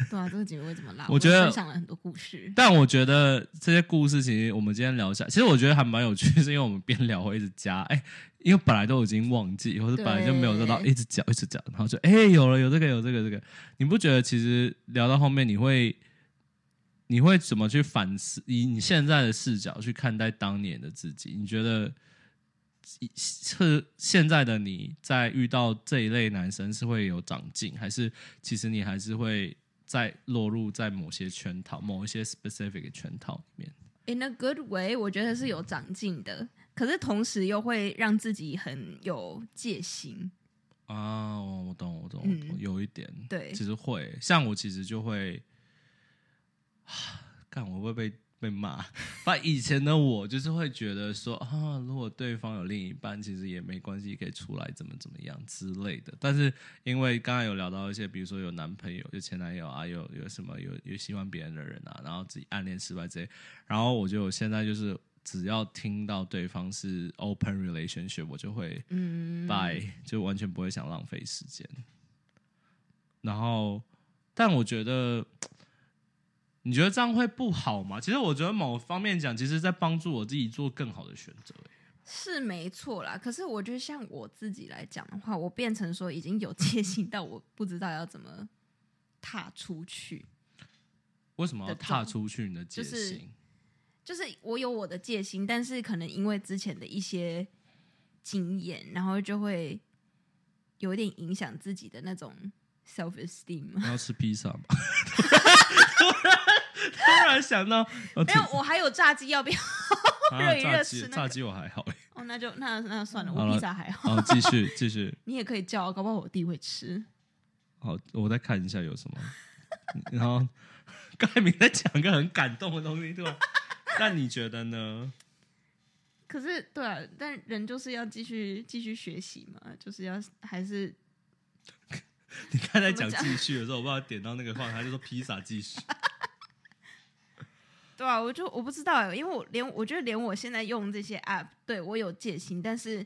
S1: 对啊，这个结尾怎么拉？
S2: 我觉得
S1: 分享了很多故事，
S2: 但我觉得这些故事其实我们今天聊一下，其实我觉得还蛮有趣，是因为我们边聊会一直加，哎、因为本来都已经忘记，或者本来就没有做到，
S1: 对
S2: 一直讲一直讲，然后就哎、有了有这个有这个这个，你不觉得其实聊到后面你会你会怎么去反思，以你现在的视角去看待当年的自己？你觉得以是现在的你在遇到这一类男生是会有长进，还是其实你还是会在落入在某些圈套、某一些 specific 的圈套里面？
S1: in a good way，我觉得是有长进的，可是同时又会让自己很有戒心。
S2: 啊，我我懂，我懂，我懂，
S1: 嗯
S2: 有一点，
S1: 对
S2: 其实会，像我其实就会， 看我会不会被被骂。 把以前的我就是会觉得说啊，如果对方有另一半，其实也没关系，可以出来怎么怎么样之类的。但是因为刚刚有聊到一些，比如说有男朋友、有前男友啊，有有什么有有喜欢别人的人啊，然后自己暗恋失败这些，然后我就现在就是。只要听到对方是 open relationship，我就会
S1: 嗯，
S2: 拜，就完全不会想浪费时间。然后，但我觉得，你觉得这样会不好吗？其实我觉得某方面讲，其实在帮助我自己做更好的选择。欸
S1: 是没错啦。可是我觉得像我自己来讲的话，我变成说已经有戒心到我不知道要怎么踏出去。
S2: 为什么要
S1: 的
S2: 踏
S1: 重
S2: 出去你的界
S1: 就是
S2: 限？
S1: 就是我有我的戒心，但是可能因为之前的一些经验，然后就会有点影响自己的那种 self esteem。
S2: 你要吃披萨吗？突然突然 想到，哦
S1: 没有，我还有炸鸡，要不要？
S2: 啊，
S1: 热一热
S2: 炸
S1: 吃
S2: 鸡
S1: 那个
S2: 炸鸡我还好欸。
S1: 哦，那就那那算了，
S2: 好
S1: 我
S2: 了
S1: 披萨还好，
S2: 好，继续继续。
S1: 你也可以叫，啊搞不好我弟会吃。
S2: 好，我再看一下有什么。然后， 刚才你在讲一个很感动的东西，对吧？ 那你觉得呢？
S1: 可是对啊，但人就是要继续继续学习嘛，就是要还是
S2: 你刚才在讲
S1: 怎么
S2: 继续的时候，我不知道点到那个话，他就说披萨 继续。
S1: 对啊，我就我不知道欸，因为我连我觉得连我现在用这些 app，对我有戒心，但是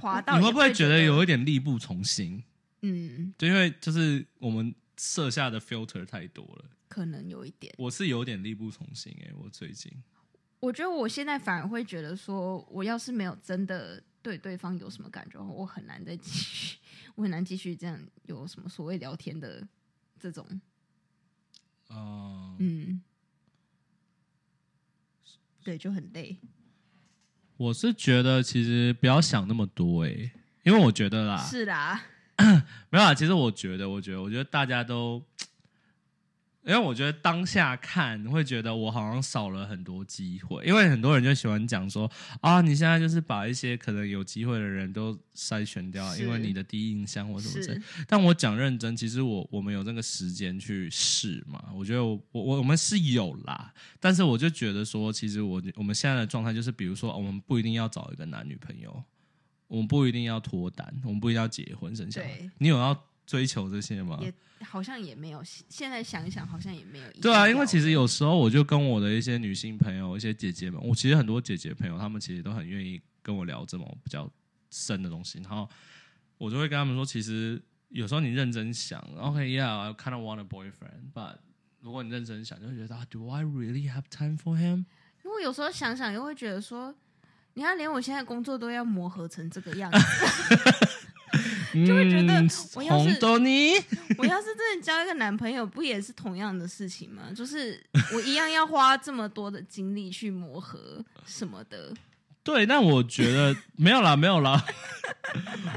S1: 滑啊到
S2: 你
S1: 也
S2: 会不会觉得
S1: 得
S2: 有一点力不从心？
S1: 嗯，
S2: 就因为就是我们设下的 filter 太多了，
S1: 可能有一点。
S2: 我是有点力不从心哎、我最近
S1: 我觉得我现在反而会觉得说，我要是没有真的对对方有什么感觉的话，我很难再继续，我很难继续这样有什么所谓聊天的这种，
S2: 嗯、
S1: 嗯，对，就很累。
S2: 我是觉得其实不要想那么多哎、因为我觉得啦，
S1: 是啦，
S2: 没有啦，啊其实我觉得，我觉得，我觉得大家都，因为我觉得当下看会觉得我好像少了很多机会，因为很多人就喜欢讲说啊，你现在就是把一些可能有机会的人都筛选掉，
S1: 是
S2: 因为你的第一印象或什么之类
S1: 是。
S2: 但我讲认真，其实我我们有那个时间去试嘛，我觉得我我我我们是有啦，但是我就觉得说，其实我我们现在的状态就是，比如说哦我们不一定要找一个男女朋友，我们不一定要脱单，我们不一定要结婚生小孩
S1: 对，
S2: 你有要追求这些吗？
S1: 也好像也没有，现在想一想好像也没有。
S2: 对啊，因为其实有时候我就跟我的一些女性朋友、一些姐姐们，我其实很多姐姐朋友，她们其实都很愿意跟我聊这种比较深的东西，然后我就会跟她们说，其实有时候你认真想，OK，yeah，I、kind of want a boyfriend，but 如果你认真想，就会觉得、啊、，Do I really have time for him？
S1: 因为有时候想想又会觉得说，你看连我现在工作都要磨合成这个样子，就会觉得
S2: 嗯
S1: 我要
S2: 红
S1: 是
S2: 豆泥，
S1: 我要是真的交一个男朋友，不也是同样的事情吗？就是我一样要花这么多的精力去磨合什么的，
S2: 对，但我觉得没有啦，没有 啦。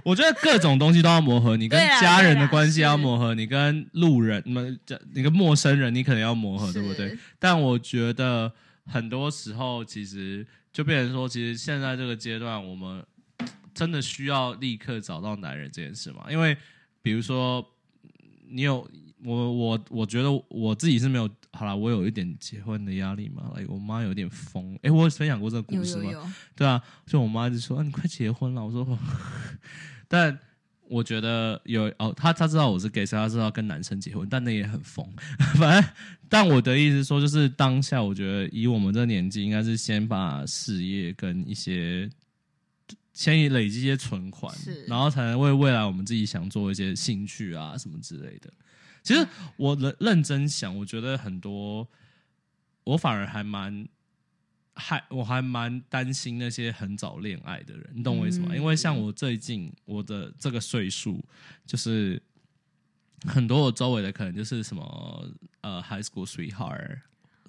S2: 我觉得各种东西都要磨合，你跟
S1: 对啦啊
S2: 家人
S1: 对
S2: 的
S1: 啦
S2: 关系要
S1: 是
S2: 磨合，你跟路人、你们这你跟陌生人，你可能要磨合，对不对？
S1: 是？
S2: 但我觉得很多时候其实就变成说，其实现在这个阶段，我们真的需要立刻找到男人这件事嘛？因为比如说你有我我我觉得我自己是没有好啦，我有一点结婚的压力嘛，like, 我妈有点疯。哎、我有分享过这个故
S1: 有
S2: 事
S1: 有
S2: 吗？
S1: 有，
S2: 对啊，就我妈就说、啊、你快结婚了，我 说，但我觉得有哦，她她知道我是 gay，所以她知道跟男生结婚，但那也很疯。 反正，但我的意思是说，就是当下我觉得以我们这个年纪，应该是先把事业跟一些。先累积一些存款
S1: 是，
S2: 然后才能为未来我们自己想做一些兴趣啊什么之类的。其实我认认真想，我觉得很多，我反而还蛮还我还蛮担心那些很早恋爱的人，你懂我意思吗？
S1: 嗯
S2: 因为像我最近我的这个岁数，就是很多我周围的可能就是什么呃 high school sweetheart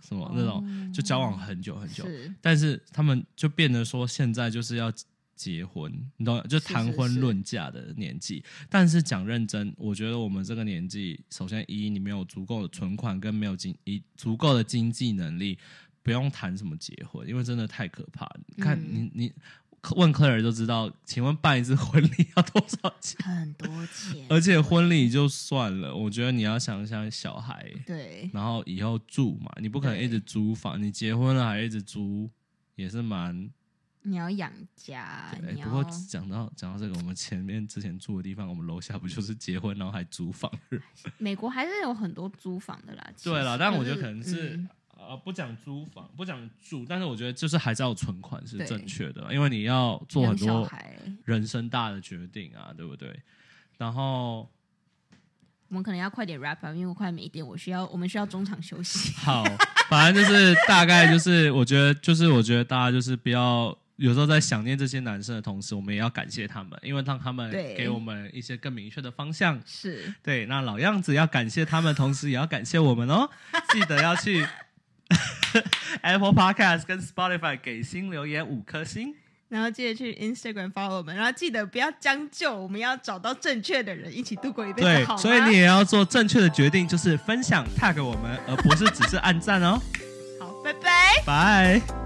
S2: 什么那种，就交往很久很久，
S1: 是
S2: 但是他们就变得说现在就是要结婚，你懂吗？就是谈
S1: 是
S2: 婚论嫁的年纪。但是讲认真，我觉得我们这个年纪，首先一你没有足够的存款，跟没有经一足够的经济能力，不用谈什么结婚，因为真的太可怕了。你看、
S1: 嗯
S2: 你你问克尔就知道，请问办一次婚礼要多少钱？
S1: 很多钱，
S2: 而且婚礼就算了，我觉得你要想想小孩，
S1: 对，
S2: 然后以后住嘛，你不可能
S1: 对
S2: 一直租房，你结婚了还一直租，也是蛮
S1: 你要养家，
S2: 对。
S1: 你
S2: 不过
S1: 要
S2: 讲到讲到这个，我们前面之前住的地方，我们楼下不就是结婚然后还 租房？
S1: 美国还是有很多租房的啦。其
S2: 对啦，
S1: 实
S2: 但
S1: 就
S2: 我觉得可能是
S1: 嗯
S2: 啊、不讲租房，不讲住，但是我觉得就是还是要有存款是
S1: 对
S2: 正确的，因为你要做很
S1: 养小
S2: 多
S1: 孩，
S2: 人生大的决定啊，对不对？然后
S1: 我们可能要快点 wrap up，因为我快没电，我需要我们需要中场休 息。
S2: 好，反正就是大概就是，我觉得就是我觉得大家就是不要。有时候在想念这些男生的同时，我们也要感谢他们，因为让他们
S1: 对
S2: 给我们一些更明确的方向。
S1: 是，
S2: 对，那老样子要感谢他们，同时也要感谢我们哦。 记得要去 Apple Podcast 跟 Spotify 给星留言五颗星。
S1: 然后记得去 Instagram follow 我们，然后记得不要将就，我们要找到正确的人一起度过一辈子，
S2: 对
S1: 好，吗
S2: 所以你也要做正确的决定，就是分享 tag 我们，而不是只是按赞哦。
S1: 好，拜拜。
S2: 拜。